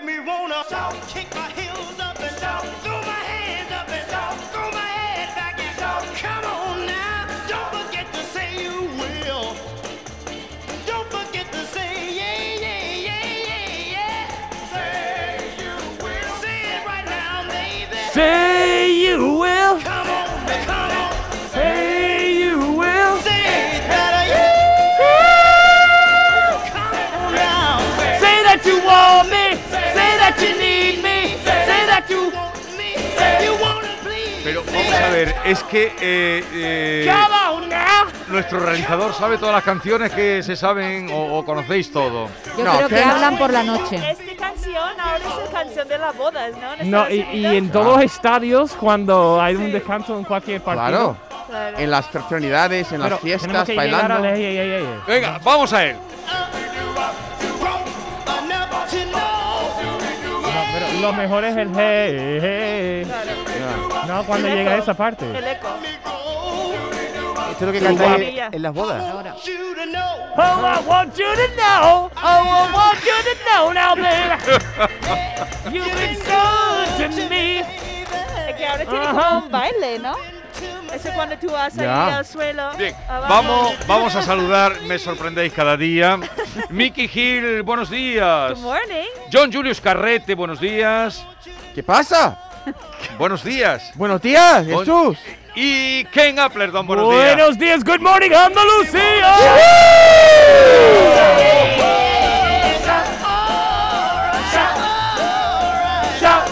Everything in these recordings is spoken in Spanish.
up, down, kick my heels up and down, throw my hands up and down, throw my head back and down. Come on now, don't forget to say you will. Don't forget to say yeah, yeah, yeah, yeah, yeah. Say you will. Say it right now, baby. Say you will, Come on, baby, come on. say you will. Say it better, yeah. Come on now, baby. Say that you want me, say that you need me, say that you. Pero vamos a ver, es que eh, eh, Come on now. nuestro realizador sabe todas las canciones que se saben o, o conocéis todo. Yo No, creo que que no. hablan por la noche. Esta canción ahora es la canción de las bodas, ¿no? No, y, y en todos los estadios, cuando hay un descanso en cualquier partido. Claro. En las fraternidades, en pero las tenemos fiestas, que llegar bailando. al- ey, ey, ey, ey. Venga, vamos a él. Pero lo mejor es el hey, hey, No, cuando El llega eco. esa parte. El eco. Esto es lo que Igual. cantáis en, en las bodas. Oh, I want you to know. Oh, I want you to know now, baby. You've been good to me. Es que ahora tiene Ajá. como un baile, ¿no? Eso es cuando tú vas ahí Ya. al suelo. Bien, Ah, abajo. vamos, vamos a saludar, me sorprendéis cada día. Mickey Hill, buenos días. Good morning. John Julius Carrete, buenos días. ¿Qué pasa? Buenos días. Buenos días, Bon- Jesús. Y Ken Applerdon, buenos días. Buenos días, good morning, Andalucía. Shout,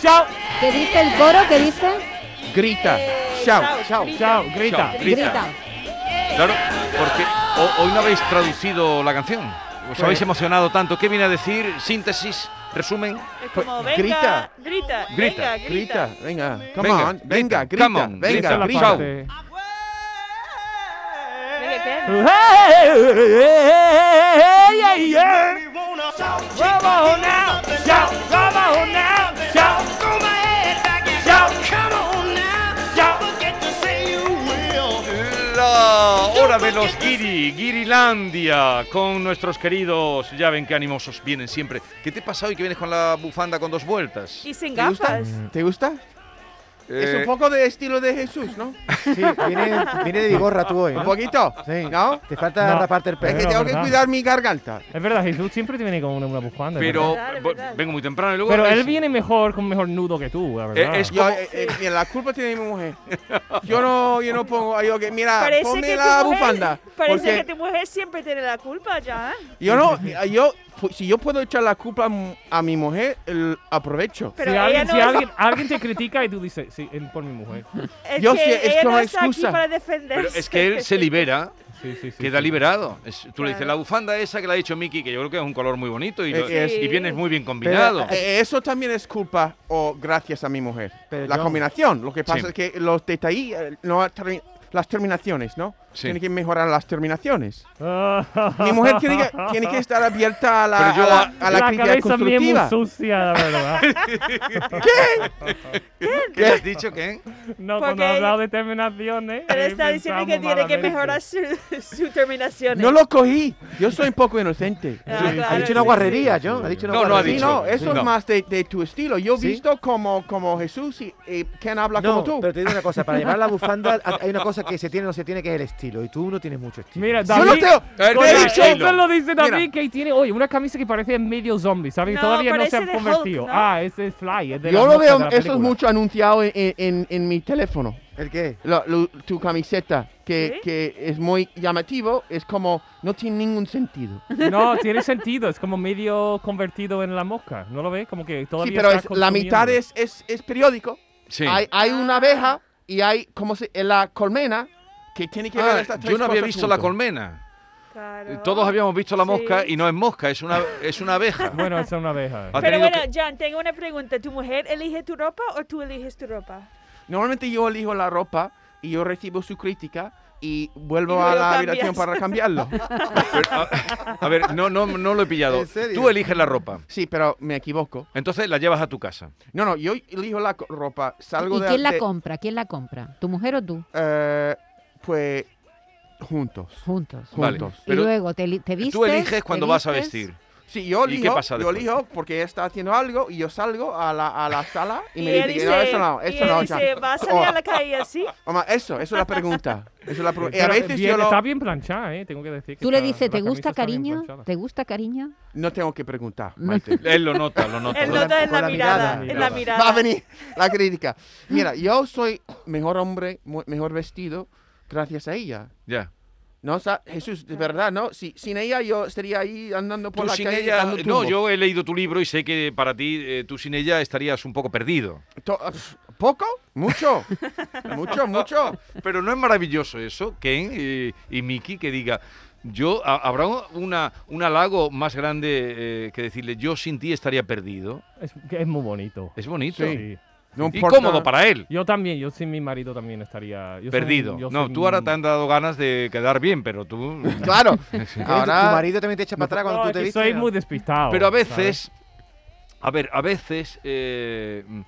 shout, ¿Qué dice el coro? ¿Qué dice? Grita. Eh, Chao, chao. shout, grita. Shout. Grita. Grita. Claro, porque ho- hoy no habéis traducido la canción. Os habéis emocionado tanto. ¿Qué viene a decir? Síntesis, resumen. Es como, Pues, venga, grita, grita, venga, Grita, venga. Come Venga, on. Venga, grita, grita. come on, Esa Venga, es la grita. parte. Venga, ¿qué? Hey, yeah, yeah. Vamos now, shout, vamos now, shout. La hora de los Giri, Girilandia, con nuestros queridos. Ya ven qué animosos vienen siempre. ¿Qué te pasa hoy que vienes con la bufanda con dos vueltas? Y sin ¿Te gusta? gafas. ¿Te gusta? Es un Eh, poco de estilo de Jesús, ¿no? Sí, viene, viene de bigorra tú hoy, Un ¿no? poquito. Sí. ¿No? Te falta No. raparte el Es pelo. que Pero, tengo que ¿verdad? cuidar mi garganta. Es verdad, Jesús siempre te viene con una, una bufanda. es pero verdad. verdad, es bo- verdad. vengo muy temprano y luego. Pero es- él viene mejor con mejor nudo que tú, la verdad. es- Yo, ¿Cómo? eh, eh, mira, la culpa tiene mi mujer. Yo no, yo no pongo. Yo, que, mira, Ah, ponme la tu mujer- bufanda. Parece porque- que tu mujer siempre tiene la culpa, ya. Yo no, yo, pu- si yo puedo echar la culpa a m- a mi mujer, el- aprovecho. Pero si ella alguien, no si es- alguien, alguien te critica y tú dices, sí, es por mi mujer. Es Yo que sí, es ella como no está excusa. aquí para pero defenderse. es que él se libera, Sí, sí, sí. queda sí. liberado. Es- tú le dices Claro. la bufanda esa que le ha dicho Mickey, que yo creo que es un color muy bonito y, lo- Eh, Sí. y vienes muy bien Pero, combinado. eh, eso también es culpa o gracias a mi mujer. Pero la yo- combinación. Lo que pasa Sí. es que los detalles, eh, no ha termi- las terminaciones, ¿no? Sí. Tiene que mejorar las terminaciones. Ah, Mi mujer tiene que, tiene que estar abierta a la, Pero yo a la- a la la crítica cabeza mía es muy constructiva. sucia, la verdad. ¿Qué le has dicho, Ken? No, Porque cuando he hablado de terminaciones. Pero he está diciendo que pensado tiene que malamente. mejorar su, su terminación. No lo cogí. Yo soy un poco inocente. Ah, Sí. claro, Ha dicho una sí, guarrería, John. Ha dicho una No, no ha guarrería. Sí, dicho. no, eso No. es más de, de tu estilo. Yo he ¿Sí? visto como, como Jesús y, y Ken habla No, como tú. pero te digo una cosa, para llevar la bufanda ha- hay una cosa que se tiene o no se tiene que es el estilo y tú no tienes mucho estilo. Mira, yo no David. tengo. A ver, con te he la- dicho- esto lo dice David Mira. que tiene, oye, una camisa que parece medio zombie, ¿sabes? No, Todavía no se parece ha de convertido. Hulk, ¿no? Ah, es el Fly, es de Yo la lo mosca veo, de la eso es película. mucho anunciado en, en- en- en mi teléfono. ¿El qué? La- lo- tu camiseta, que, ¿Sí? que es muy llamativo, es como, no tiene ningún sentido. No, tiene sentido, es como medio convertido en la mosca, ¿no lo ves? Como que todavía Sí, pero está es- la mitad consumiendo. es, es, es periódico. Sí. Hay, hay una abeja y hay, como se, en la colmena, que tiene que ver Ah, estas tres yo no había cosas visto la juntos. colmena. Claro. Todos habíamos visto la Sí. mosca y no es mosca, es una, es una abeja. Bueno, es una abeja. Ha Pero tenido bueno, John, tengo una pregunta. ¿Tu mujer elige tu ropa o tú eliges tu ropa? Normalmente yo elijo la ropa y yo recibo su crítica y vuelvo Y a luego la cambias. habitación para cambiarlo. Pero, a, a ver, no, no, no lo he pillado. ¿En serio? Tú eliges la ropa. sí, pero me equivoco. Entonces la llevas a tu casa. No, no, yo elijo la co- ropa, salgo ¿Y de... quién la de- compra? ¿Quién la compra? ¿Tu mujer o tú? eh, pues juntos. Juntos. Vale. Juntos. Y Pero luego te, li- te vistes. Tú eliges te cuando vas a vistes, vestir. Si yo ¿Y elijo, qué pasa yo después? elijo porque ella está haciendo algo y yo salgo a la, a la sala y Y me él dice, dice, no, eso no, y eso él no. dice, ya". ¿va a salir a Oh, la calle así? mamá, eso, eso es la pregunta. Eso es la pregunta. Y a Pero veces bien- yo lo- Está bien planchada, ¿eh? Tengo que decir. que Tú le está- dices, la ¿te camisa gusta está bien cariño? planchada". ¿Te gusta cariño? No tengo que preguntar, No. Maite. Él lo nota, lo nota. Él Con la- nota en con la la mirada, mirada. en la Va a mirada. Va a venir la crítica. Mira, yo soy mejor hombre, mu- mejor vestido gracias a ella. Ya. No, sa- Jesús, de verdad, ¿no? Si, sin ella yo estaría ahí andando por Tú la sin calle ella. dando No, tumbos. yo he leído tu libro y sé que para ti, eh, tú sin ella estarías un poco perdido. To- pf, ¿Poco? ¿Mucho? ¿Mucho, mucho? Pero no es maravilloso eso, Ken eh, y, Mickey, que diga, yo, ha- ¿habrá una, un halago más grande eh, que decirle, yo sin ti estaría perdido? Es, que es muy bonito. Es bonito. Sí. No Y importa. cómodo para él. Yo también, yo sin mi marido también estaría. yo soy- Perdido. yo no, soy tú ahora un- te han dado ganas de quedar bien, pero tú... Claro. Tu Ahora, marido también te echa para atrás cuando No, tú es te que vistes. soy muy despistado. Pero a ¿sabes? veces, a ver, a veces eh, mm,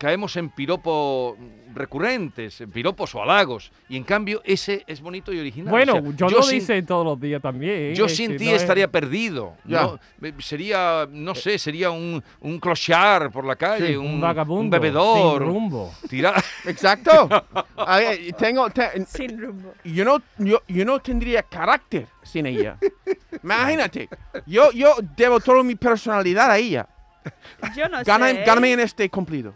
caemos en piropos recurrentes, en piropos o halagos, y en cambio ese es bonito y original. Bueno, O sea, yo, lo sin- hice todos los días también. Yo es sin que ti no es- estaría perdido. Ya. ¿no? Me- sería, no sé, sería un, un clochard por la calle, Sí, un, Un un vagabundo. bebedor. Sin rumbo. tirar- exacto. A ver, tengo... te- Sin rumbo. yo, no, yo, yo no tendría carácter sin ella. Imagínate. Yo, yo debo toda mi personalidad a ella. Yo no Gana, sé. ¿eh? gáname en este cumplido.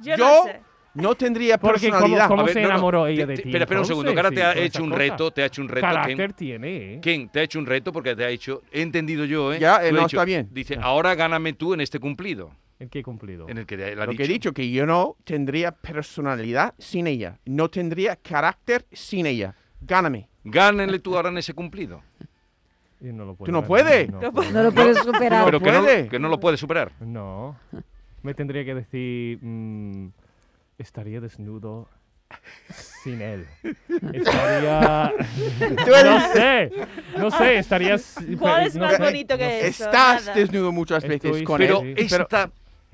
Yo, Yo no sé. no tendría Porque ¿cómo, personalidad. cómo A ver, se no, no, enamoró te- ella de te- ti? Espera, espera un segundo. que entonces? Ahora te ha Sí, todas hecho esas un cosas. reto, te ha hecho un reto. Ken. Carácter tiene, ¿eh? Ken, te ha hecho un reto porque te ha hecho, he entendido yo, ¿eh? Ya, Tú eh, he no, dicho, está bien. Dice, ahora gáname tú en este cumplido, El que he cumplido. en el que la Lo que he dicho, que yo no tendría personalidad sin ella. No tendría carácter sin ella. Gáname. Gánenle tú ahora en ese cumplido. Y no lo puedo no ganar, puedes. No. No puedo. No lo puedes superar. Pero que no, puede. que no lo puede superar. No. Me tendría que decir. mm, estaría desnudo sin él. Estaría. no sé. No sé, estarías. ¿Cuál es no más sé, bonito que no sé. Eso, Estás nada. desnudo muchas Estoy veces con Pero él. sí. pero- esta...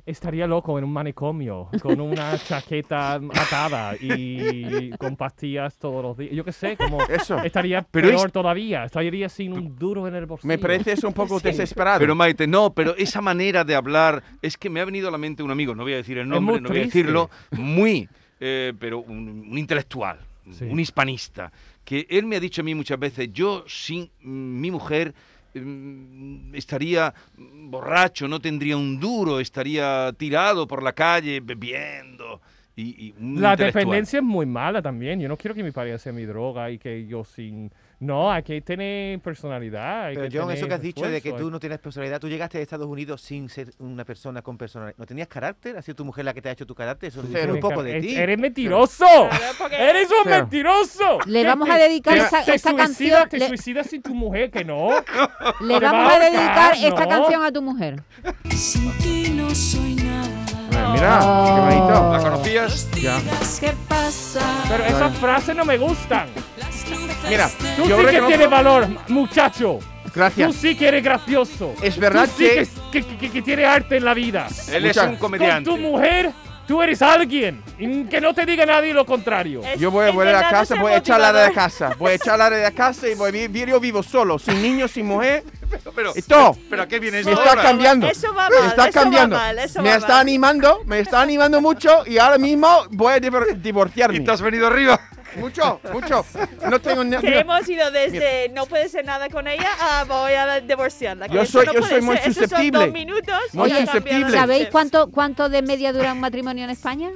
Estaría loco en un manicomio con una chaqueta atada y con pastillas todos los días. Yo qué sé, como. Eso. Estaría Pero peor es- todavía. Estaría sin un duro en el bolsillo. Me parece eso un poco desesperado. Pero Maite, no, pero esa manera de hablar, es que me ha venido a la mente un amigo, no voy a decir el muy nombre, no voy a triste. decirlo, muy, eh, pero un, un intelectual, Sí. un hispanista, que él me ha dicho a mí muchas veces, yo sin mm, mi mujer mm, estaría mm, borracho, no tendría un duro, estaría tirado por la calle bebiendo. Y, y un La intelectual. dependencia es muy mala también. Yo no quiero que mi pareja sea mi droga y que yo sin... No, hay que tener personalidad. hay Pero que John, eso tener que has dicho de que esfuerzo, tú no tienes personalidad, tú llegaste de Estados Unidos sin ser una persona con personalidad. ¿No tenías carácter? ¿Ha sido tu mujer la que te ha hecho tu carácter? Eso hay- dice Pero- un poco de Es- ti. ¡Eres mentiroso! Claro, porque- ¡Eres un Claro. mentiroso! Le Que vamos te- a dedicar te- esa- te esa suicidas- canción, Te le- suicidas sin tu mujer, que no. Le Te va vamos a a ahorcar, dedicar esta ¿no? canción a tu mujer. Sin ti no soy nada. Eh, Mira, Ah. qué bonito. ¿La conocías? Los días que pasan, Pero esas frases no me gustan. las luces Mira, Tú yo sí que reconozco- tienes valor, muchacho. Tú Gracias. sí que eres gracioso. Es verdad Tú sí que, que, que- que tienes arte en la vida. Él es Escucha, un Con comediante. tu mujer, tú eres alguien. Y que no te diga nadie lo contrario. Eh, Es- Yo voy a en volver a verdad casa, es voy a echarla de la motivador. casa. Voy a echarla de la casa y voy a vivir yo vivo solo, sin niños, sin mujer. Pero, Esto. pero ¿a qué viene Me esto está ahora? cambiando. Eso va Me mal, está eso va cambiando. mal, eso Me va está mal. animando, me está animando mucho y ahora mismo voy a divor- ¿Y divorciarme. te has venido arriba? Mucho, mucho. No tengo ni- Que hemos ido desde no puede ser nada con ella a voy a divorciarla. que Yo eso soy- no yo puede soy muy ser. Esos susceptible. son dos minutos. y Muy ya cambian susceptible. los ¿Sabéis conceptos. cuánto, cuánto de media dura un matrimonio en España?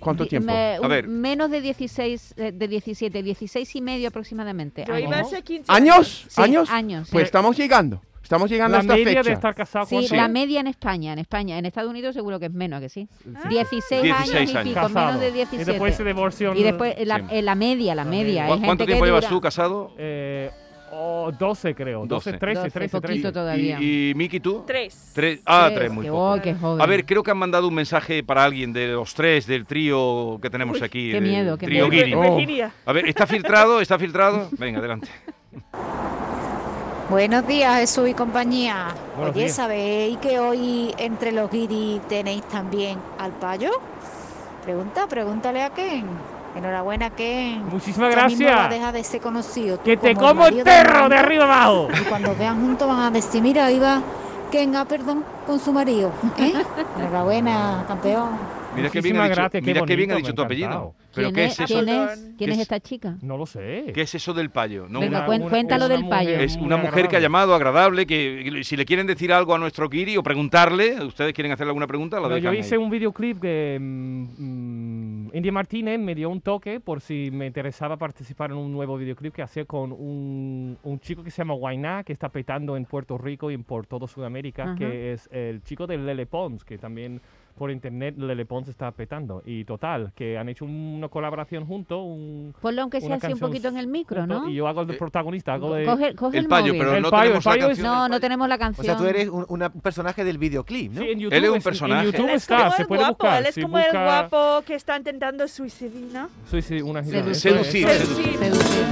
¿Cuánto Di- tiempo? me- A un- ver. Menos de 16, eh, de 17, 16 y medio aproximadamente. Yo iba a ser 15 ¿Años? Sí, ¿Años? años. Pues estamos llegando. Estamos llegando La a esta media fecha. de estar casado Sí, ¿cuánto la es? media en España, en España. En Estados Unidos seguro que es menos, ¿a que sí? 16, 16 años y pico, Ah. Casado. menos de Y 17. después se divorció. Y después, eh, la, Sí. eh, la media, la media. Hay ¿Cu- ¿Cuánto gente que tiempo llevas dura tú casado? Eh, oh, 12 creo. 12, 12. 13, 12, 13, poquito 13. todavía. Eh, ¿Y, y Miki tú? Tres. Tres. Ah, Tres, tres, muy que, poco. oh, qué joven. A ver, creo que han mandado un mensaje para alguien de los tres del trío que tenemos aquí. qué el miedo, qué trío miedo. Guiri. Oh. Virginia. A ver, ¿está filtrado? ¿Está filtrado? Venga, adelante. Buenos días, Jesús y compañía. Buenos Oye, días. ¿sabéis que hoy entre los guiris tenéis también al payo? Pregunta, pregúntale a Ken. Enhorabuena, Ken. Muchísimas Ya mismo va a gracias. dejar de ser conocido. Tú Que te como como el marido de perro de Amanda, arriba abajo. Y cuando vean juntos van a decir, mira, ahí va Ken, ah, perdón, con su marido. ¿eh? Enhorabuena, campeón. Mira qué bien Muchísimas ha dicho, gracias, qué mira qué bien ha bonito, dicho me tu ha apellido. encantado. Pero ¿Quién ¿qué es, es eso? ¿quién es, quién es ¿Qué es- esta chica? No lo sé. ¿Qué es eso del payo? No, Venga, una- cuen- cuéntalo del mujer payo. es muy una mujer que ha agradable. llamado agradable, que que si le quieren decir algo a nuestro Kiri o preguntarle, ustedes quieren hacerle alguna pregunta, la No, dejan yo hice ahí. un videoclip que mm, mm, India Martínez me dio un toque por si me interesaba participar en un nuevo videoclip que hacía con un, un chico que se llama Guainá, que está petando en Puerto Rico y en por todo Sudamérica, Ajá. que es el chico de Lele Pons, que también por internet Lele Pons está petando. Y total, que han hecho una colaboración junto, un, Ponlo aunque sea una así un canción poquito en el micro, junto, ¿no? y yo hago Eh, de protagonista, hago de... Coge, coge el, El payo, móvil. pero El no payo, tenemos el la payo es- canción. No, no tenemos la O canción. sea, tú eres un una- un personaje del videoclip, ¿no? Sí, en YouTube Él es un en- personaje. En YouTube Él es como está, se el puede guapo, buscar. Él es si como el busca- guapo que está intentando suicidarse. Sí, sí, una Seducir. Seducir, seducir. Seducir. Seducir.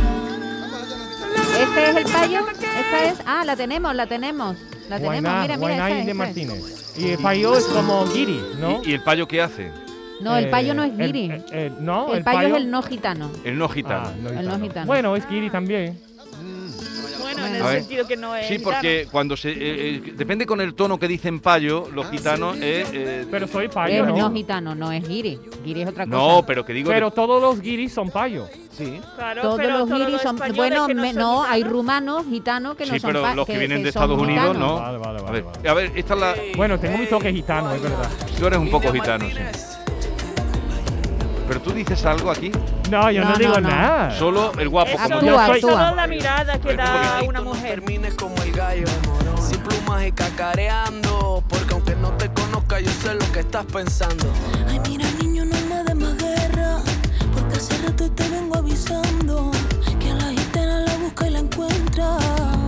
¿Este es el payo? ¿Esta es? Ah, la tenemos, la tenemos. La tenemos, Guainá, mira, mira. Guainá esta es, India esta es. Martínez. Y el payo es como Giri, ¿no? ¿Y, y el payo qué hace? No, el payo no es Eh, el- guiri. eh, eh, no, El payo es el no gitano. El no gitano. Ah, no El no gitano. Bueno, es giri también. Bueno, en A el ver. sentido que no es. Sí, gitano. porque cuando se. eh, eh, depende con el tono que dicen payo, los gitanos es. eh, Pero soy Es payo, no ¿no? gitano, no es guiri. Guiri es otra cosa. no, pero que digo. Pero todos los guiris son payo. Sí. Claro, todos pero los todos guiris son. españoles Bueno, que no, me- son no, hay gitanos. rumanos, gitanos que sí, no son. pero pa- los que, vienen que de son Estados Unidos, gitanos. no. Vale, vale, vale, a, ver, vale. a ver, esta la. Bueno, tengo mi toque gitano, es verdad. Tú eres un poco gitano, sí. Pero tú dices algo aquí, No, yo no, No, no, digo no. nada. solo el guapo. Es como solo- tú. Actúa, es solo actúa. la mirada que da una mujer. termines como el gallo Sin plumas y cacareando Porque aunque no te conozca yo sé lo que estás pensando Ay, mira, niño, no me des más guerra. Porque hace rato te vengo avisando que a la gitana la busca y la encuentra.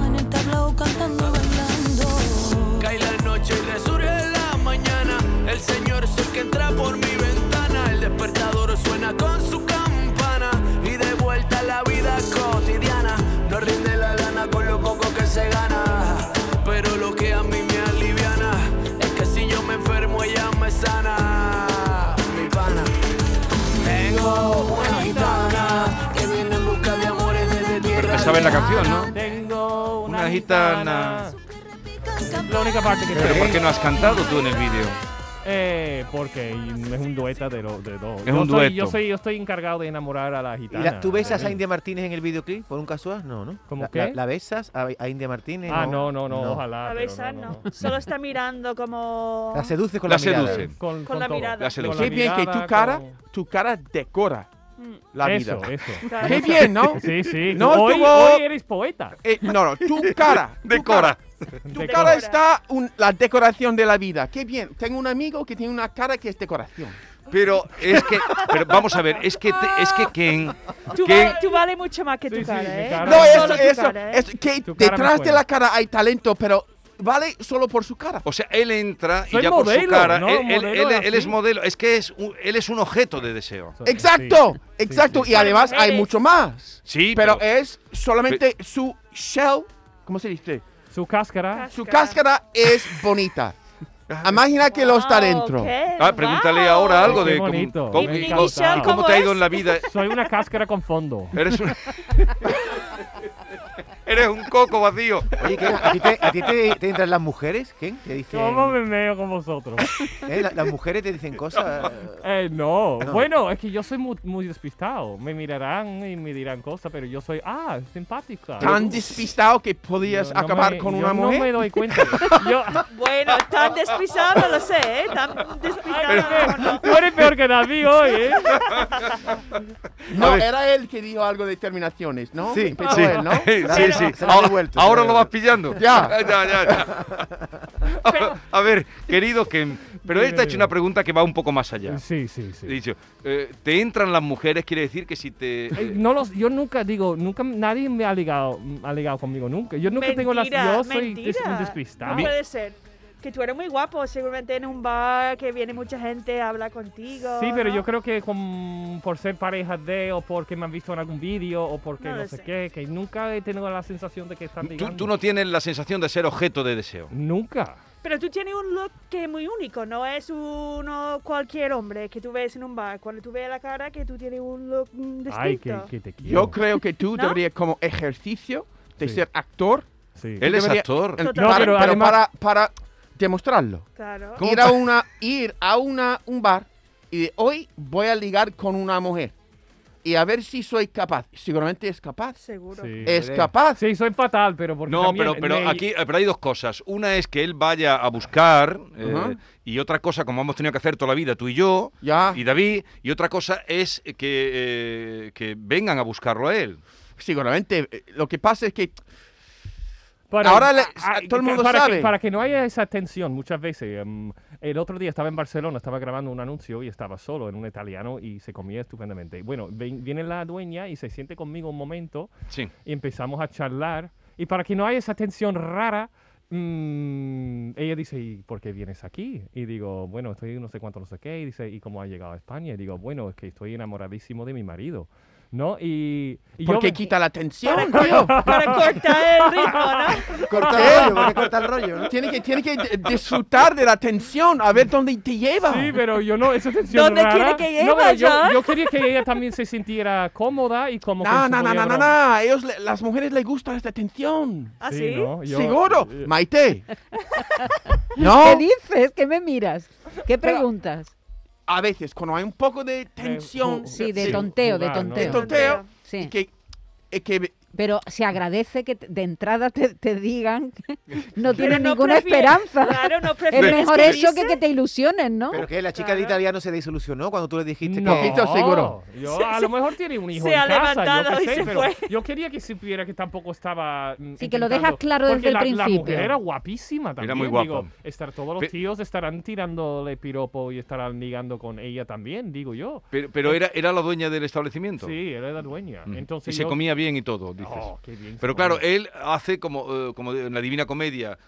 En el tablao cantando y bailando. Cae la noche y resurge la mañana El señor es el que entra por mi ventana El despertador suena con su campana Y de vuelta a la vida cotidiana No rinde la lana con lo poco que se gana Pero lo que a mí me aliviana Es que si yo me enfermo ella me sana Mi pana Tengo una gitana que viene en busca de amores desde tierra. Te sabes la canción, ¿no? Tengo una, Una gitana. La única parte que Pero sé. ¿por qué no has cantado tú en el vídeo? Eh, porque es un dueta de, los de dos. Es yo un soy- dueto. Yo, soy, yo estoy encargado de enamorar a la ¿Y gitana. Eh, la- ¿Tú besas Sí. a India Martínez en el videoclip por un casual? No, ¿no? ¿Cómo la, qué? La, la besas a, a India Martínez? Ah, no, no, no, ojalá. A pero besar no, no. Solo está mirando como. La seduces con La la, mirada. seduce. Con, la todo. mirada. La seduce. Con Qué la bien que tu mirada, cara, con- tu cara decora Mm, la vida. eso, eso. claro. Qué bien, ¿no? Sí, sí. No, hoy, tuvo- hoy eres poeta. Eh, no, no, tu cara. tu Decora. cara- Tu Decora. cara está un- la decoración de la vida. Qué bien. Tengo un amigo que tiene una cara que es decoración. Pero es que. Pero vamos a ver, es que, te- es que Ken. Tú, Ken- vale, tú vale mucho más que Sí, tu sí, cara, mi ¿eh? cara. No, Ah, eso, solo tu eso. cara, ¿eh? eso, que Tu cara me detrás de suena. la cara hay talento, pero vale solo por su cara. O sea, él entra y Soy ya por su modelo, cara. ¿no? Él, él- Modelo él- así. él es modelo. Es que es un, él es un objeto de deseo. Exacto, Sí, sí, exacto. sí. Y además hay Mujeres. mucho más. Sí, pero, pero- es solamente su shell, ¿cómo se dice? Su cáscara. Su Cáscara. cáscara es bonita. Imagina que lo está Wow, dentro. qué Ah, pregúntale guau. ahora algo Qué de cómo, bonito. cómo- Me y ha cómo- encantado. y cómo te ha ido en la vida. Soy una cáscara con fondo. Eres un, eres un coco vacío. Oye, ¿qué? ¿a ti, te, a ti te- te entran las mujeres? ¿Quién? Te dicen, ¿Cómo me meo con vosotros? eh, la- las mujeres te dicen cosas. Eh, no. No. Bueno, es que yo soy muy, muy despistado. Me mirarán y me dirán cosas, pero yo soy, ah, simpática. Tan despistado que Yo podías no acabar me- con yo una mujer. No me doy cuenta. Yo, Bueno, tan despisado, lo sé, ¿eh? Tan Ay, despisado. no, no. tú eres peor que David hoy, ¿eh? No, A ver. era él que dijo algo de terminaciones, ¿no? Sí, Empezó sí, él, Ah, ¿no? sí, sí. se la ha Ahora, devuelto, se la ahora ha lo vas pillando. Ya. ya, ya, ya. A, ver, querido Ken, pero él te ha hecho una pregunta que va un poco más allá. Sí, sí, sí. He dicho, eh, ¿te entran las mujeres? Quiere decir que si te... Eh, eh, No los, yo nunca digo, nunca nadie me ha ligado, ha ligado conmigo nunca. Yo nunca tengo las, Mentira, yo soy des- mentira. un despistado. No puede ser. Que tú eres muy guapo, seguramente en un bar que viene mucha gente, habla contigo. Sí, pero ¿no? yo creo que con- por ser pareja de, o porque me han visto en algún vídeo, o porque No no, lo sé sé. qué, que nunca he tenido la sensación de que están eh, tú, ligando. tú no tienes la sensación de ser objeto de deseo. Nunca. Pero tú tienes un look que es muy único, no es uno cualquier hombre que tú ves en un bar. Cuando tú ves la cara, que tú tienes un look mm, distinto. Yo creo que tú ¿No? deberías, como ejercicio de ser actor. Él es debería- actor. el- No, para, pero pero además- para, para demostrarlo. Claro. ¿Cómo Ir a, pa- una, ir a una, un bar y de hoy voy a ligar con una mujer. Y a ver si soy capaz. Seguramente es capaz. Seguro. Es capaz. Sí, soy fatal, pero porque No, también pero, pero me- aquí eh, pero hay dos cosas. Una es que él vaya a buscar, eh, Ajá. y otra cosa, como hemos tenido que hacer toda la vida, tú y yo, y David, y otra cosa es que, eh, que vengan a buscarlo a él. Seguramente. eh, Lo que pasa es que Para- ahora le- a- a- todo el mundo para que- sabe. para que no haya esa tensión, muchas veces. em, el otro día estaba en Barcelona, estaba grabando un anuncio y estaba solo en un italiano y se comía estupendamente. Y bueno, ven- viene la dueña y se siente conmigo un momento Sí. y empezamos a charlar. Y para que no haya esa tensión rara, mm, ella dice, ¿y por qué vienes aquí? Y digo, bueno, estoy no sé cuánto, no sé qué. Y dice, ¿y cómo has llegado a España? Y digo, bueno, es que estoy enamoradísimo de mi marido. ¿No? Y, y yo Porque me- quita la tensión, Para- tío. para cortar el ritmo, ¿no? Corta el ¿Eh? rollo, porque corta el rollo, ¿no? Tiene que, tiene que de- disfrutar de la tensión, a ver dónde te lleva. Sí, pero yo no, esa tensión ¿Dónde rara- quiere que No, lleva, pero yo, John? yo quería que ella también se sintiera cómoda y como que No, se no, no, podía no, no, broma- no. Ellos, le- las mujeres les gusta esta tensión. ¿Ah, Sí, sí? ¿no? Yo- Seguro. eh, Maite. No. ¿Qué dices? ¿Qué me miras? ¿Qué Pero- preguntas? A veces, cuando hay un poco de tensión. ju- Sí, de tonteo, de jugar, ¿no? De tonteo. tonteo. Sí. y Que, y que Pero se agradece que te- de entrada te, te digan que no Pero tienes no ninguna prefier- esperanza. claro, no es prefieres mejor que eso que dice. que te ilusionen, ¿no? Pero que la chica de italiano se desilusionó cuando tú le dijiste No, que. Yo, a lo mejor tiene un hijo se en ha casa, yo levantado qué y sé, se pero fue. yo quería que supiera que tampoco estaba mm, Sí, que lo intentando- dejas claro desde porque el la- La principio. mujer era guapísima también. muy guapa. Digo, estar todos los Pe- tíos estarán tirándole piropo y estarán ligando con ella también, digo yo. Pero, pero era, era la dueña del establecimiento. Sí, era la dueña. Mm. Entonces y se yo- comía bien y todo, dices. Oh, qué bien se Pero comía. claro, él hace como, eh, como en la Divina Comedia,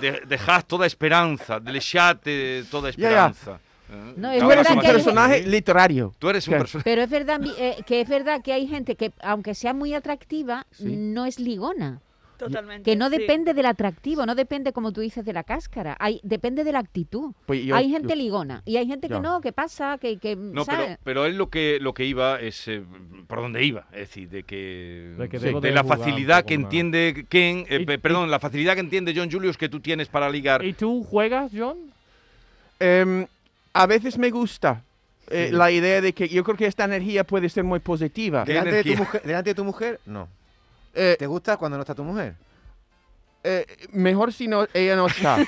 de- dejad toda esperanza, delechate toda Ya, ya. esperanza. Eh, No, tú Es eres verdad un que hay- personaje literario. Tú eres un Claro. personaje. Pero es verdad mi- eh, que es verdad que hay gente que, aunque sea muy atractiva, no es ligona. Totalmente. Que no sí. depende del atractivo, no depende, como tú dices, de la cáscara. Hay, depende de la actitud. Pues yo- hay gente yo- ligona y hay gente Ya. que no, que pasa, que, que No, pero, ¿sabes? pero él lo que, lo que iba es eh, por donde iba, es decir, de que, De que sí, debo de la jugar un facilidad poco que más. entiende Ken, eh, Y- pe- perdón, la facilidad que entiende John Julius que tú tienes para ligar. ¿Y tú juegas, John? Em, a veces me gusta eh, la idea de que yo creo que esta energía puede ser muy positiva. Delante de, tu mujer, delante de tu mujer, no. Eh, ¿Te gusta cuando no está tu mujer? eh, mejor si no, ella no está.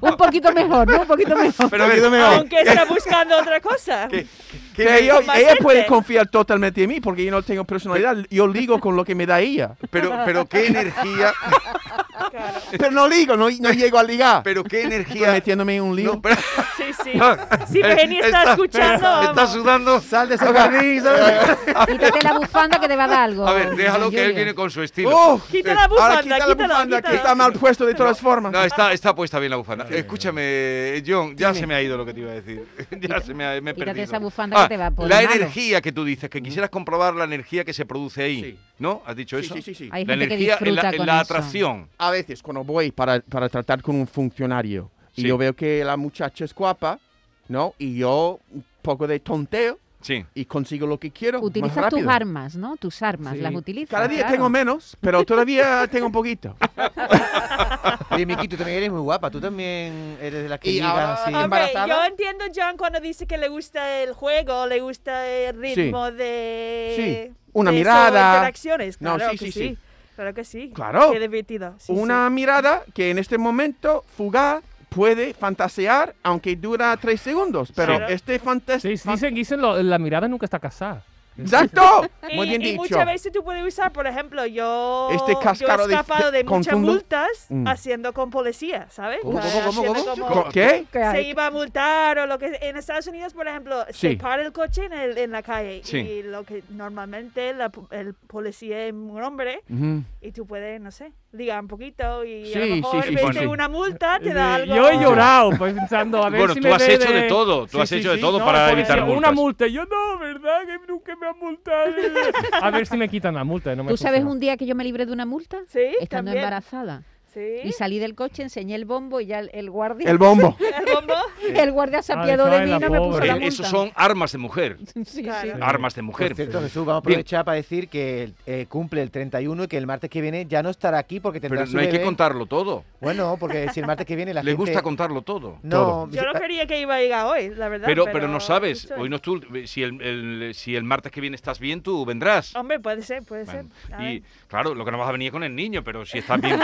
Un poquito mejor, ¿no? Un poquito mejor. Pero a ver, Aunque está buscando otra cosa. Que ella- Con más ella gente. puede confiar totalmente en mí porque yo no tengo personalidad. Yo ligo con lo que me da ella. pero, pero qué energía, Pero no ligo, no, no llego a ligar. pero qué Estoy energía. metiéndome en un lío. No, pero- Sí, sí. Si Penny está, Está- escuchando, Está vamos. sudando. Sal de ese carril, sal de- Quítate la bufanda que te va a dar algo. A ver, déjalo John que él Julio. viene con su estilo. ¡Oh! Quita la Ahora bufanda, quita la quítala, bufanda, que quítala. está mal puesto de todas formas. No, está, está puesta bien la bufanda. Escúchame, John, ya se me ha ido lo que te iba a decir. ya se me ha me he quítate perdido. Ah, esa bufanda que te va a poner La malo. energía que tú dices, que quisieras comprobar la energía que se produce ahí. Sí. ¿No? ¿Has dicho Sí, eso? sí, sí, sí. Hay La gente que energía en la, disfruta en con la eso. atracción. A veces cuando voy para, para tratar con un funcionario Sí. y yo veo que la muchacha es guapa, ¿no? Y yo un poco de tonteo Sí. y consigo lo que quiero. más Utilizas rápido. tus armas, ¿no? Tus armas, Sí. las utilizas. Cada día claro. tengo menos, pero todavía tengo un poquito. Oye, Miki, tú también eres muy guapa. Tú también eres de las que Y liga ahora- así. Ah, Ok, embarazada? yo entiendo a John cuando dice que le gusta el juego, le gusta el ritmo de... Sí, una de eso, mirada. interacciones, No, claro sí, que sí, sí. sí. Claro que sí. Claro. Qué divertido. sí, Una mirada que en este momento fugaz puede fantasear, aunque dura tres segundos. Pero Claro. este fantasía. Sí, dicen, dicen lo- la mirada nunca está casada. ¡Exacto! sí. Muy Y- bien y dicho. muchas veces tú puedes usar, por ejemplo, yo, Este yo he cáscaro de- escapado de, de- muchas confundo. multas Mm. haciendo con policía, ¿sabes? ¿Cómo, O sea, cómo, cómo, haciendo cómo? como- ¿Qué? Que hay- se iba a multar o lo que en Estados Unidos por ejemplo se Sí. para el coche en, el- en la calle Sí. y lo que normalmente la pu- el policía es un hombre Ujú. y tú puedes no sé ligar un poquito y a Sí, lo sí, mejor sí, en sí, vez de sí. una multa te da algo Eh, Yo he llorado pensando a ver Bueno, si tú me has ve hecho de todo, tú has hecho de todo no, para por evitar decir, Una multas. multa, Y yo no, ¿verdad? Que nunca me han multado. a ver si me quitan la multa. y No me ¿Tú sabes funciona. un día que yo me libré de una multa? sí Estando también embarazada. Sí. Y salí del coche, enseñé el bombo y ya el, el guardia. El bombo. ¿El bombo? el guardia se apiadó de mí y no me puso la Eh, multa. Esos son armas de mujer. Sí, Pues, Claro. sí. Armas de mujer. Por cierto, Jesús, vamos a Bien. aprovechar para decir que eh, cumple el 31 y que el martes que viene ya no estará aquí porque tendrá Pero su no hay que bebé. contarlo todo. Bueno, porque si el martes que viene la Le gente... gusta contarlo todo. No, Yo no quería que iba a llegar hoy, la verdad. pues, Pero, pero no sabes, estoy. hoy no es tú. Si el, el- si el martes que viene estás bien, tú vendrás. Hombre, puede ser, puede Bueno, ser. A y ver. claro, lo que no vas a venir es con el niño, pero si estás bien.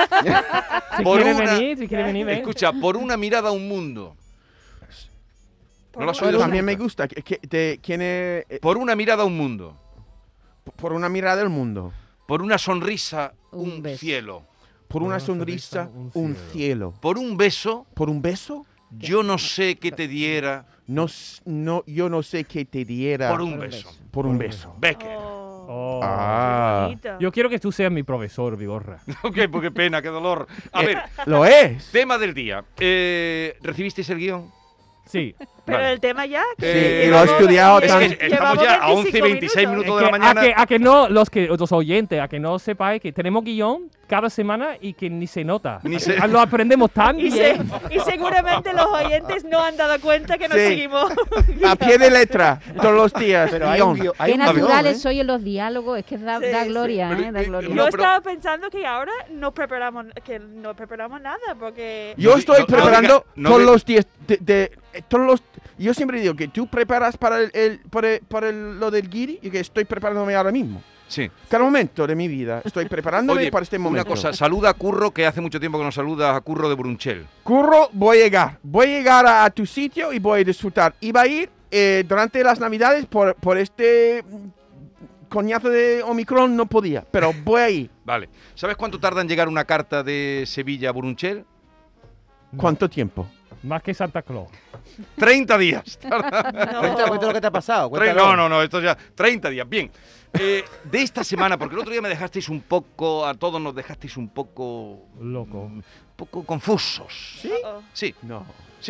Si Por quiere una- venir, si quiere venir, ven. Escucha, por una mirada a un mundo. ¿No lo has Pero oído? también me gusta. que- que- de, ¿Quién es? eh, Por una mirada a un mundo. Por una mirada del mundo. Por una sonrisa, Un un, beso. cielo. Por una sonrisa, un cielo. Por un beso, Por un beso, yo no sé qué te diera no, s- no, yo no sé qué te diera. por un beso. por un beso. Becker. Oh, Oh. Ah. qué bonito. Yo quiero que tú seas mi profesor, Vigorra. Ok, pues qué pena, qué dolor. A ver, Lo es. tema del día. Eh, ¿Recibisteis el guión? Sí. Pero Vale. el tema ya. Sí, y lo he estudiado eh, Es tan- que estamos ya a 11 y 26 Es minutos que de la mañana. a, que, a que no, los que los oyentes, a que no sepáis que tenemos guión cada semana y que ni se nota. Ni se- Ah, Lo aprendemos tan Y, bien. se- y seguramente los oyentes no han dado cuenta que nos Sí. seguimos. A pie de letra, todos los días. Pero hay un guión. guión- hay Qué un guión, naturales ¿eh? soy en los diálogos, es que da, Sí, da sí. gloria, Pero, ¿eh? Da eh, gloria. Yo No, pero- estaba pensando que ahora no preparamos, que no preparamos nada, porque... Yo No di- estoy no- no preparando diga- no todos diga- los días. De, de- eh, todos los, yo siempre digo que tú preparas para, el, el- para, el- para el- lo del guiri y que estoy preparándome ahora mismo. Sí. Cada momento de mi vida estoy preparándome Oye, para este Una momento. cosa, saluda a Curro, que hace mucho tiempo que no saluda a Curro de Brunchel. Curro, voy a llegar. Voy a llegar a, a tu sitio y voy a disfrutar. Iba a ir eh, durante las navidades por, por este mm, coñazo de Omicron, no podía, pero voy a ir. Vale. ¿Sabes cuánto tarda en llegar una carta de Sevilla a Brunchel? ¿Cuánto tiempo? Más que Santa Claus. 30 días. No. Cuenta, cuenta lo que te ha pasado. Tre- cuéntalo. no, no, no, esto ya. 30 días, bien. Eh, de esta semana, porque el otro día me dejasteis un poco, a todos nos dejasteis un poco. Loco. Un poco confusos. ¿Sí? Oh, Sí, No.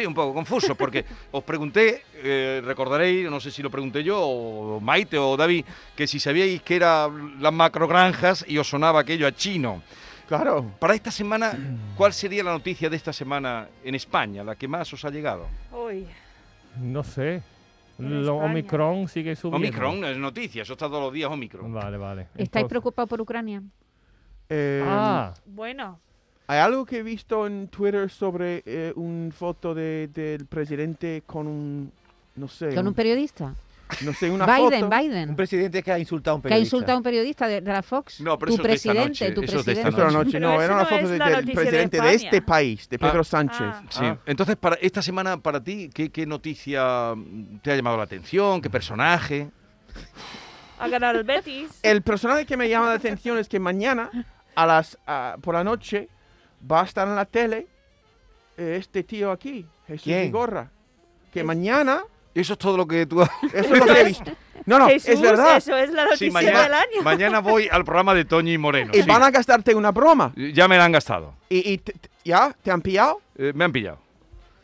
un poco confusos, porque os pregunté, eh, recordaréis, no sé si lo pregunté yo, o Maite o David, que si sabíais que eran las macrogranjas y os sonaba aquello a chino. Claro. Para esta semana, ¿cuál sería la noticia de esta semana en España, la que más os ha llegado? uy. No sé. En Lo España. Omicron sigue subiendo. Omicron no es noticia, eso está todos los días Omicron. Vale, vale. ¿Estáis Entonces- preocupados por Ucrania? Eh, Ah, Bueno, Hay algo que he visto en Twitter sobre eh, un foto de- del presidente con un, no sé, Con un- un periodista. no sé, una Biden, foto. Biden. Un presidente que ha insultado a un que ha periodista. insultado a un periodista de, de la Fox. No, pero eso tu es de esta presidente, noche, tu eso es de esta presidente. Esto era noche, Pero no, eso era una no foto es de- la del noticia de presidente de, España. este país, de Pedro Sánchez. Ah. Sí, Ah. entonces para esta semana para ti, ¿qué, qué noticia mm, te ha llamado la atención? ¿Qué personaje? ha ganado el Betis. El personaje que me llama la atención es que mañana, a las, ah, por la noche, va a estar en la tele eh, este tío aquí, Jesús ¿Quién? Gorra. Que mañana, Eso es todo lo que tú... eso es lo que he visto. No, no, Jesús, es verdad. eso es la noticia Sí, mañana, del año. mañana voy al programa de Toñi y Moreno. Y sí. van a gastarte una broma. Ya me la han gastado, Y, y te- te- ya, ¿te han pillado? Eh, me han pillado.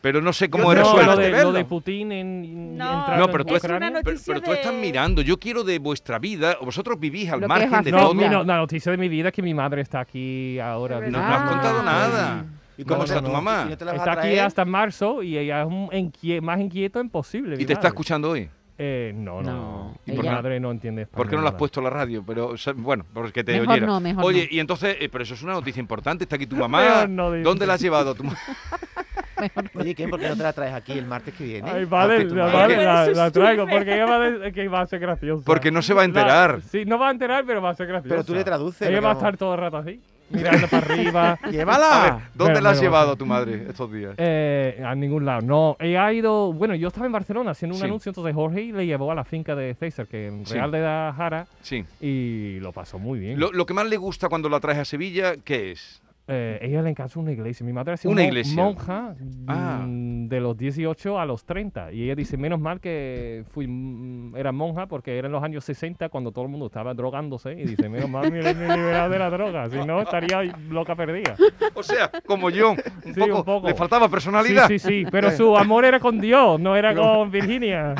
Pero no sé cómo Yo no, era tengo su ganas lo, de de, verlo. lo de Putin en, en- No. entrando No, pero en tú- Es Ucrania. una Pero, pero tú estás de- mirando, yo quiero de vuestra vida, vosotros vivís al Lo que es margen de afecta. No, todo. Mira. mi no- la noticia de mi vida es que mi madre está aquí ahora. Es No, no viviendo verdad. has con- contado Ah. nada. ¿Y ¿Cómo No, está tu no, no. mamá? ¿Y no te la vas Está a aquí traer? hasta marzo y ella es un enquie- más inquieta imposible. mi ¿Y te está madre. escuchando hoy? Eh, no, no, no. No, Mi ella- madre no entiende español. ¿Por qué no lo has nada. puesto en la radio? Pero o sea, bueno, porque te Mejor oyera. no, mejor Oye, no. y entonces, eh, pero eso es una noticia importante. Está aquí tu mamá. Mejor no, digo. ¿Dónde la has llevado a tu mamá? Oye, ¿qué? ¿Por qué no te la traes aquí el martes que viene? Ay, vale, Ah, que la, tu vale, madre- la- Pero la traigo suscríbete. porque ella va a, de- que va a ser graciosa. Porque no se va a La- enterar. sí, no va a enterar, pero va a ser graciosa. Pero tú le traduces, Ella lo que va a vamos- estar todo el rato así, mirando para arriba. ¡Llévala! A ver, ¿dónde Bueno, la has bueno, llevado bueno. a tu madre estos días? Eh, a ningún lado, no. Ella ha ido, bueno, yo estaba en Barcelona haciendo un Sí. anuncio, entonces Jorge le llevó a la finca de César, que en Sí. Real de la Jara, Sí. y lo pasó muy bien. Lo, lo que más le gusta cuando la traes a Sevilla, ¿qué es? Eh, ella le encantó una iglesia. Mi madre ha sido Una mon- iglesia. monja Ah. mm, de los 18 a los 30. Y ella dice, menos mal que fui mm, era monja porque eran los años 60 cuando todo el mundo estaba drogándose. Y dice, menos mal me, me he liberado de la droga, si no estaría loca perdida. O sea, como yo, un, un poco, poco. le faltaba Sí, personalidad. sí, sí, pero su amor era con Dios, no era con Virginia.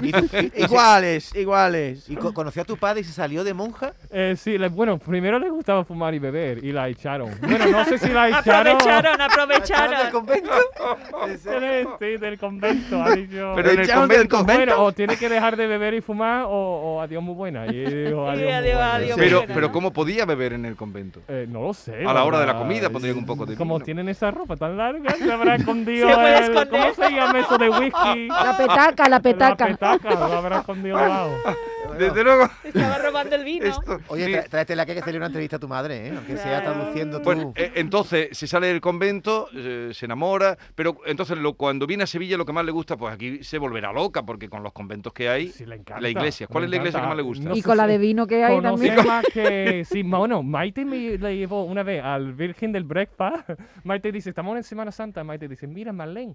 Iguales, iguales. ¿Y co- conoció a tu padre y se salió de monja? Eh, sí, le- bueno, primero le gustaba fumar y beber y la echaron. Bueno, no sé si Ah, la echaron. Aprovecharon, aprovecharon. Sí, del convento. ha dicho. Pero en el Echaron del convento. convento. Bueno, o tiene que dejar de beber y fumar, o, o adiós muy buena. Y dijo, adiós, muy adiós, buena. adiós, Pero, pero ¿cómo podía beber en el convento? Eh, no lo sé. A la hora de la verdad, comida es- pondrían un poco de Como vino. tienen esa ropa tan larga, se habrá escondido. Se puede el- esconder. ¿Cómo se llama eso de whisky? La petaca, la petaca. La petaca, lo habrá escondido abajo. Desde luego. Estaba robando el vino. Oye, Sí. tra- tráete la que hay que hacerle una entrevista a tu madre, ¿eh? aunque sea traduciendo tú. Bueno, eh, entonces se sale del convento, eh, se enamora, pero entonces lo, cuando viene a Sevilla lo que más le gusta, pues aquí se volverá loca, porque con los conventos que hay, Sí, le encanta. la iglesia. ¿Cuál le es la iglesia que encanta. más le gusta? No y sé con la si- de vino que hay Conoce también. más que. Sí, ma- bueno, Maite me le llevó una vez al Virgen del Breakfast. Maite dice: Estamos en Semana Santa. Maite dice: Mira, Marlene,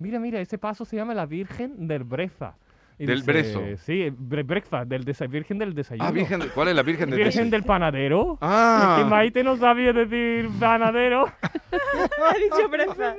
mira, mira, ese paso se llama la Virgen del Breakfast. Y Del dice, brezo. Sí, bre- Breakfast, del desa- Virgen del Desayuno. Ah, virgen de- ¿Cuál es la Virgen del Virgen del Panadero. Es que Ah, Maite no sabía decir panadero. Ha dicho brefa.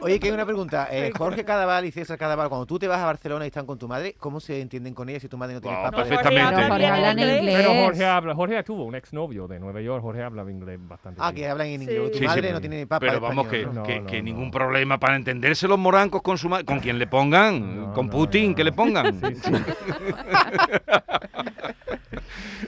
Oye, que hay una pregunta. Eh, Jorge Cadaval y César Cadaval, cuando tú te vas a Barcelona y están con tu madre, ¿cómo se entienden con ella si tu madre no tiene Wow, papá? perfecto. perfectamente. Pero Jorge habla en inglés. Pero Jorge habla. Jorge tuvo un exnovio de Nueva York. Jorge hablaba inglés bastante. Ah, bien. que hablan en Sí. inglés. Tu Sí, sí, madre pero- no tiene ni papá. pero vamos, que, español, ¿no? que- No, que no, ningún no. problema para entenderse los morancos con su ma- con quien le pongan, No, con no, Putin, no, que le no. pongan. Sí, sí.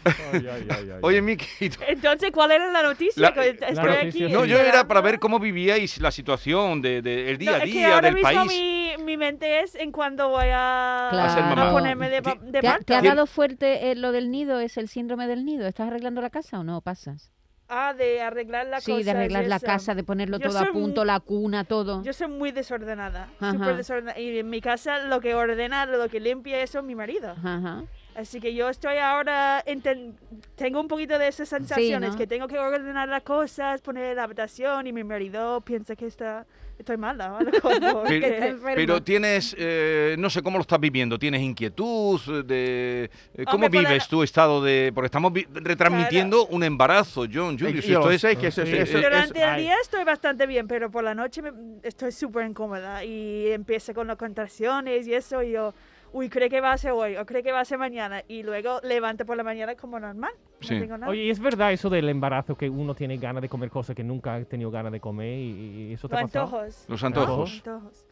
Ay, ay, ay, ay, Oye, ay. Miki, tú- Entonces, ¿cuál era la noticia? La- Que Estoy la aquí. noticia, sí. no, yo era para esperando. ver cómo vivíais la situación del de, el día No, a es que día ahora del mismo país. Mi, mi mente es en cuando voy a, Claro. A ser mamá. a ponerme de, pa- de ¿Te ha, parto. te ha ¿Quién- dado fuerte eh, lo del nido? ¿Es el síndrome del nido? ¿Estás arreglando la casa o no? ¿Pasas? Ah, de arreglar la cosa. sí, de arreglar y la eso. casa, de ponerlo Yo todo a soy punto, un- la cuna, todo. Yo soy muy desordenada, Ajá. súper desordenada. Y en mi casa lo que ordena, lo que limpia eso es mi marido. Ajá. Así que yo estoy ahora, enten- tengo un poquito de esas sensaciones, ¿no? que tengo que ordenar las cosas, poner la habitación y mi marido piensa que está, estoy mala. o algo, porque- Pero- está enferma. Pero tienes, eh, no sé cómo lo estás viviendo, tienes inquietud, eh, de, eh, ¿cómo Hombre, por la- vives tu estado de...? Porque estamos vi- retransmitiendo un embarazo, John, Eh, Julius, yo esto es- sé que eso es- Sí. eso- eso- Durante el ay. día estoy bastante bien, pero por la noche me- estoy súper incómoda y empiezo con las contracciones y eso y yo, uy, creo que va a ser hoy o creo que va a ser mañana y luego levanto por la mañana como normal. No Sí. tengo nada. Oye, ¿y ¿es verdad eso del embarazo que uno tiene ganas de comer cosas que nunca ha tenido ganas de comer y, y eso te Los ha pasado? antojos. Los antojos. Antojos.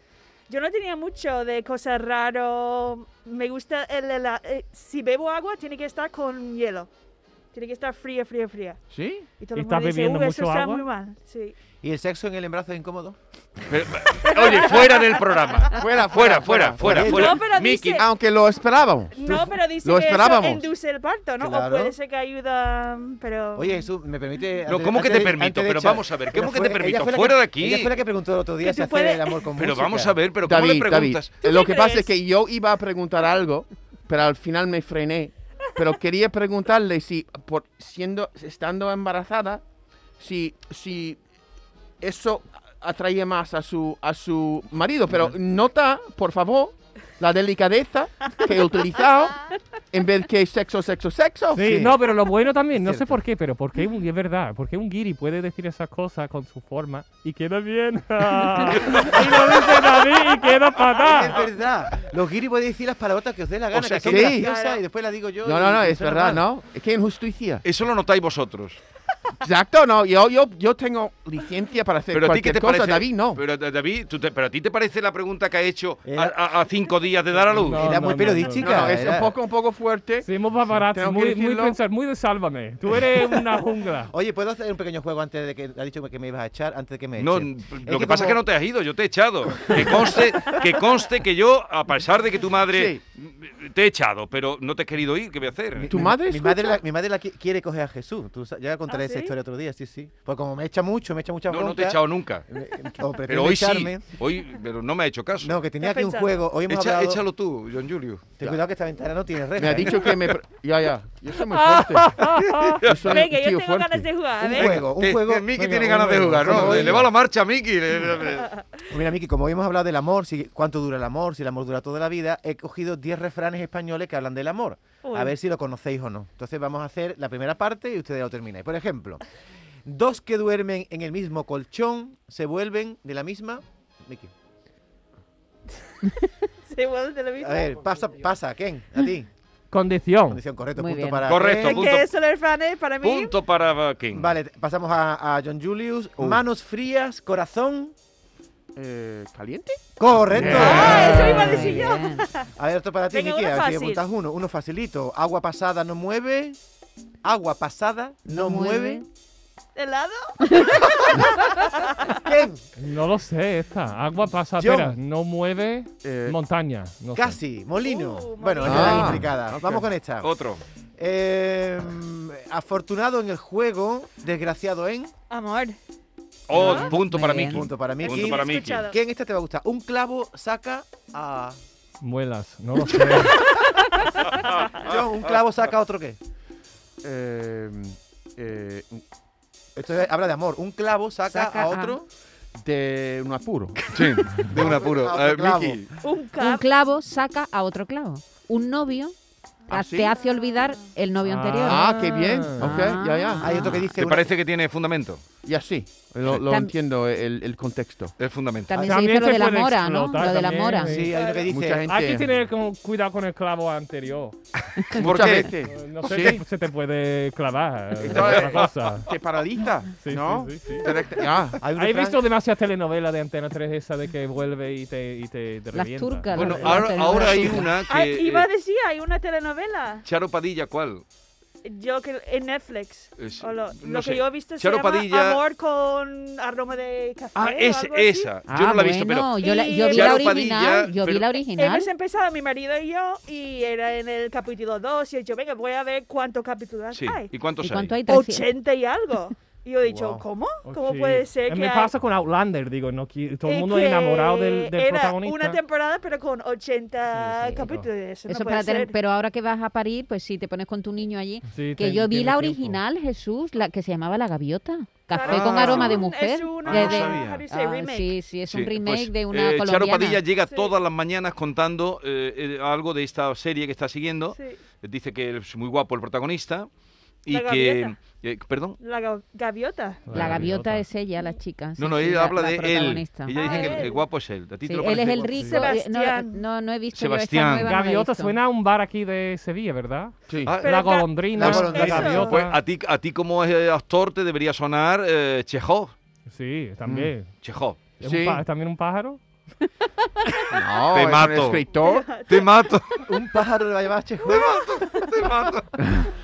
Yo no tenía mucho de cosas raro. Me gusta el, hela- eh, si bebo agua tiene que estar con hielo. Tiene que estar fría, fría, fría. ¿Sí? Y todo ¿Y el mundo estás dice, bebiendo "Uy, eso mucho está agua? muy mal. Sí. ¿Y el sexo en el embarazo es incómodo? Pero- eh, oye, fuera del programa. Fuera, Fuera, fuera, fuera, Oye, fuera. No, pero Miki, ah, dice- Aunque lo esperábamos. No, pero dice lo que eso esperábamos. induce el parto, ¿no? Claro. O puede ser que ayuda, mm, pero... Oye, Jesús, ¿me permite...? No, antes- ¿cómo que antes te de- permito? antes de Pero echar- vamos a ver, Ella ¿cómo que fue- te ella permito? fue la que- Fuera de aquí. Ella fue la que preguntó el otro día Que si tú hacer puedes- el amor con pero música. vamos a ver, pero ¿cómo le David, David, preguntas? ¿Tú lo qué que pasa crees? es que yo iba a preguntar algo, pero al final me frené. Pero quería preguntarle si, por siendo, estando embarazada, si, si eso atraía más a su, a su marido. Pero nota, por favor, la delicadeza que he utilizado en vez que sexo, sexo, sexo. Sí, Sí. no, pero lo bueno Es también, no sé cierto. por qué, pero porque un, es verdad, porque un guiri puede decir esas cosas con su forma y queda bien. y lo dice David y queda Es fatal. verdad. Los guiris pueden decir las palabrotas que os dé la gana, Ah. sea, que son sí. graciosas, Claro. y después las digo yo. No, y- no, no, y es suena verdad, mal. ¿no? Es que injusticia. Eso lo notáis vosotros. Exacto, no, yo, yo, yo tengo licencia para hacer Pero a ti qué cualquier te cosa, parece... David, no. Pero, da- David, tú te- pero a ti te parece la pregunta que ha hecho a- Era- a, a cinco días de dar a luz. No. Era muy No, periodística. no, es era- un poco, un poco fuerte. Sí, muy paparazzi, Tengo que muy, muy decirlo. pensar, muy de sálvame. Tú eres una jungla. Oye, ¿puedo hacer un pequeño juego antes de que ha dicho que me ibas a echar, antes de que me No, echen? n- Es lo que, pasa es que como- no te has ido, yo te he echado. Que conste, que conste que yo, a pesar de que tu madre m- te he echado, pero no te he querido ir, ¿qué voy a hacer? ¿Tu madre mi escucha? madre, la, mi madre la qui- quiere coger a Jesús. Tú sa- ya contaré ¿Ah, esa sí? historia otro día, sí, sí. Pues como me echa mucho, me echa mucha No, no te he bronca, echado nunca. eh, o pretende Pero hoy echarme. sí. Hoy, pero no me ha hecho caso. No, que tenía ¿Qué aquí un pensaba? juego. Hoy hemos Echa- hablado... échalo tú, John Julio. Ten cuidado que esta ventana no tiene reja. Me ha ¿eh? dicho que me... pre- Ya, ya. Yo soy muy fuerte. Yo soy un Venga, yo tío tengo fuerte. ganas de jugar, ¿eh? a Un ver. juego, un juego. Miki Venga, tiene un ganas de juego, jugar, un ¿no? juego. Le va la marcha a Miki. le- le- le- Pues Mira, Miki, como hoy hemos hablado del amor, si, cuánto dura el amor, si el amor dura toda la vida, he cogido 10 refranes españoles que hablan del amor. A Uy. ver si lo conocéis o no. Entonces vamos a hacer la primera parte y ustedes lo termináis. Por ejemplo, dos que duermen en el mismo colchón se vuelven de la misma... Miki. Se vuelve de lo mismo. A ver, pasa, pasa, Ken, a ti. Condición. Condición, correcto. Muy punto bien. para Correcto, Ken. punto. Que eso le fane para mí. Punto para King. Vale, te- pasamos a, a John Julius. Uh. Manos frías, corazón. Eh, ¿Caliente? Correcto. Ah, eso iba a Muy decir yo. bien. A ver, esto para ti, Venga, Miki. uno A ver si fácil. apuntas uno. Uno facilito. Agua pasada no mueve. Agua pasada no, mueve. ¿Helado? Ken, No lo sé, esta. Agua pasa, John. espera, no mueve Eh, montaña. No sé. Casi, molino. Uh, bueno, molino. esta era Ah, complicada. ok. Vamos con esta. Otro. Eh, afortunado en el juego, desgraciado en. Amor. Oh, punto Muy para bien. Miki. Punto para Miki. Punto para Miki. Escuchado. ¿Quién esta te va a gustar? Un clavo saca a. Muelas, no lo sé. Ah. John, un clavo saca a otro qué. Eh, eh, Esto es- habla de amor. Un clavo saca, Saca a a- otro. de un apuro. Sí, de un apuro. Ah, A ver, clavo. Miki. Un Un cap. clavo saca a otro clavo. Un novio ¿Ah, ha- sí? te hace olvidar el novio anterior. Ah, qué bien. Ok, ya, Ah. ya. Hay otro que dice. ¿Te una- parece que tiene fundamento? Y así. Lo, lo Tam- entiendo, el, el contexto. Es fundamento. También, También se dice se lo de la puede mora, ¿no? explotar Lo de la también, mora. sí. Sí, hay otro que dice. Mucha gente. Hay que tener con- cuidado con el clavo anterior. ¿Por muchas qué? veces Eh, No sé, Sí. se te puede clavar. eh, Claro, otra eh, cosa. te paraliza, Sí, ¿no? sí, sí, sí. Directa- ah, Hay un He refrán- visto demasiadas telenovelas de Antena 3 esa de que vuelve y te, y te, te Las revienta. turcas, Bueno, La- la ahora, telenovela ahora hay turca. una Ah, que... iba a eh, decir, hay una telenovela. Charo Padilla, ¿cuál? Yo que en Netflix. Es- o lo lo no que sé. yo he visto se Charo llama Padilla- Amor con aroma de café. Ah, o es, algo así. esa. Ah, Yo no la he visto, pero... Ah, bueno, Yo, la- Y yo vi Charo la original. Padilla, yo vi pero- la original. Hemos empezado mi marido y yo y era en el capítulo 2 y he dicho, venga, voy a ver cuántos capítulos Sí, hay. ¿y cuántos ¿Y cuánto hay? hay? 80 y algo. Y yo he dicho, Wow. ¿cómo? Oh, ¿Cómo sí. puede ser Eh, que Me hay- pasa con Outlander, digo, no, qui- todo el eh, mundo es enamorado que del, del era protagonista. una temporada, pero con 80 Sí, sí, capítulos. Eso, no Eso puede para tener- ser. pero ahora que vas a parir, pues sí, te pones con tu niño allí. Sí, Que ten- yo vi tiene la tiempo. original, Jesús, la que se llamaba La Gaviota. Café Claro, con Ah. es aroma de un- mujer. Es una, de- No de- sabía. how do you say, Ah, remake. sí, sí, es un Sí, remake pues, de eh, una Charo colombiana. Padilla llega Sí. todas las mañanas contando eh, eh, algo de esta serie que está siguiendo. Sí. Dice que es muy guapo el protagonista y La que... gaviota. eh, ¿Perdón? La ga- gaviota. La gaviota es ella, la chica. No, sí, no, sí, ella la- habla la de él. protagonista. Ella Ah, dice que él. el guapo es él. A ti te Sí, lo él parece es el guapo. rico. eh, no- Sebastián. No, no he visto yo esta Sebastián. nueva, no la he Gaviota visto. suena a un bar aquí de Sevilla, ¿verdad? sí. Ah, Pero la ga- golondrina, La la, golondrina. Eso. gaviota. Pues a ti, a ti como eh, actor te debería sonar eh, Chekhov. Sí, también. Chekhov. ¿Es, Sí. un pa- ¿es también un pájaro? No, Te es un mato. escritor. Te mato, Un pájaro le va a este llevar a Chejo. te mato.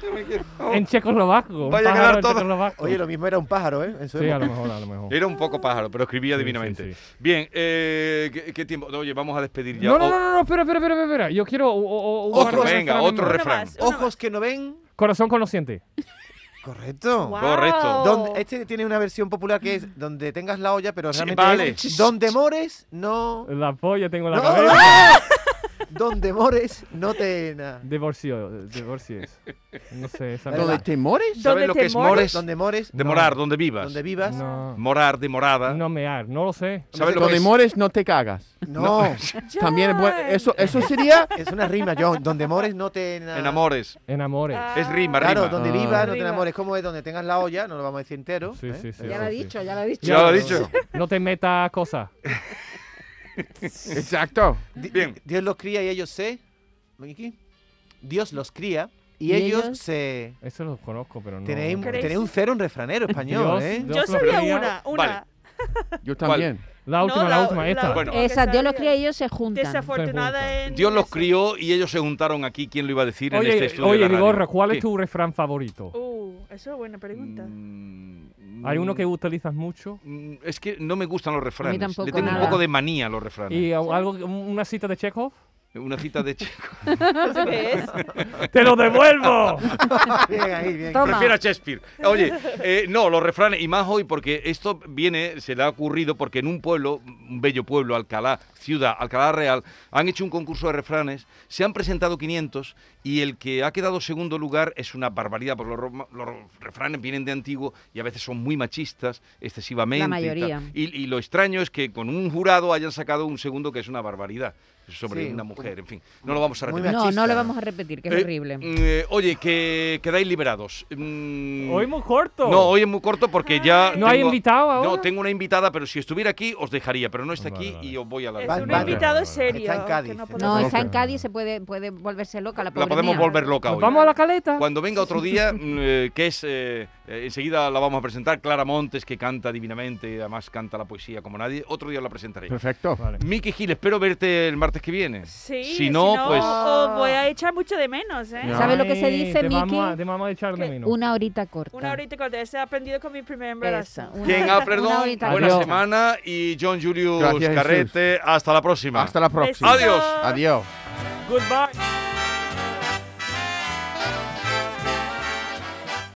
Yo me quiero- En checoslovaco. un Oh. Vaya a pájaro quedar en todo. checoslovaco. Oye, lo mismo era un pájaro, ¿eh? En su Sí, a época. lo mejor, a lo mejor. Oh. Era un poco pájaro, pero escribía Sí, divinamente. sí, Bien, eh, ¿qué, qué tiempo? Oye, vamos a despedir ya. No, no, Oh, no, no, no, espera, espera, espera, espera. Yo quiero o- o- o- un Otro, par de venga, refranes otro más. Una refrán. más, una más. Ojos que no ven. Corazón conociente. Correcto. Guau. Oh, Correcto. Donde- este tiene una versión popular que es donde tengas la olla, pero Sí, realmente vale. es donde mores, no. La polla tengo en la no- cabeza. donde mores, no te. na- Divorcio, divorcies. No sé, esa Lo ¿Lo de no, temores? ¿Sabes ¿Dónde lo te que es moras? mores? Donde mores, De No. morar, donde vivas. donde vivas. no, Morar, de morada. no mear, no lo sé. ¿Sabes lo Lo que de es? mores no te cagas. No. También es bueno. John. Eso, eso sería. Es una rima, John. Donde mores, no te. na- Enamores. Enamores. Ah. Es rima, Claro, rima. donde Ah. vivas, no te Rima. enamores. ¿Cómo es? Donde tengas la olla, no lo vamos a decir entero. Sí, ¿eh? sí, sí. Ya sí, lo he sí. dicho, ya lo he dicho. Ya lo he dicho. No te metas cosas. Exacto. Di- Bien. Dios los cría y ellos se. Miki. Dios los cría y, ¿Y ellos, ellos? se. Eso lo conozco, pero no. Tenéis, ¿Crees? tenéis un cero en refranero español, Dios, ¿eh? Dios Yo lo sabía cría. una, una. Vale. Yo también. La última, No, la, última, esta. Bueno. que Esa, Dios los sabía. cría y ellos se juntan. Desafortunada en. Dios los eso. crió y ellos se juntaron aquí. ¿Quién lo iba a decir en este Oye, estudio? de oye la radio? Vigorra, ¿cuál Sí. es tu refrán favorito? Uh, eso es buena pregunta. Mm, Hay uno que utilizas mucho. mm, Es que no me gustan los refranes. tampoco, Le tengo un nada. poco de manía a los refranes. ¿Y a- algo, una cita de Chekhov? Una cita de Checo. ¿Eso qué es? ¡Te lo devuelvo! Bien ahí, bien. Toma. Prefiero a Shakespeare. Oye, eh, no, los refranes. Y más hoy, porque esto viene, se le ha ocurrido porque en un pueblo, un bello pueblo, Alcalá, ciudad, Alcalá Real, han hecho un concurso de refranes, se han presentado 500 y el que ha quedado segundo lugar es una barbaridad, porque los, ro- los refranes vienen de antiguo y a veces son muy machistas, excesivamente. y tal. mayoría. Y, y lo extraño es que con un jurado hayan sacado un segundo que es una barbaridad. sobre Sí, una un- mujer, en fin. No lo vamos a Muy repetir. No, no lo vamos a repetir, que es Eh, horrible. mm, eh, oye, que quedáis liberados. Mm, Hoy muy corto. Ah, No, hoy es muy corto porque ya. ¿No hay invitado ahora? No, tengo una invitada, pero si estuviera aquí os dejaría, pero no está aquí y os voy a la. Es Vale, un vale, invitado vale, vale. serio. Está en que Cádiz, no está en No, podemos- está en Cádiz, se puede, puede volverse loca La la pobre podemos mía. volver loca ¿Nos hoy. vamos a la caleta? Cuando venga otro día, mm, eh, que es. eh, eh, enseguida la vamos a presentar. Clara Montes, que canta divinamente, además canta la poesía como nadie. Otro día la presentaré. Perfecto. Vale. Miki Gil, espero verte el martes que viene. Sí, Si no, pues. os voy a echar mucho de menos, ¿eh? ¿Sabes lo que se Ay, dice, te vamos a- Miki? Te vamos a echar de Que menos. Una horita corta. Una horita corta. Ese he aprendido con mi primer Eso, embarazo. una- Ken una Alfredón, horita Adiós. buena corta. semana. Y John Julius Gracias, Jesús. Carrete, hasta la próxima. Hasta la próxima. Adiós. Besitos. Adiós. Goodbye.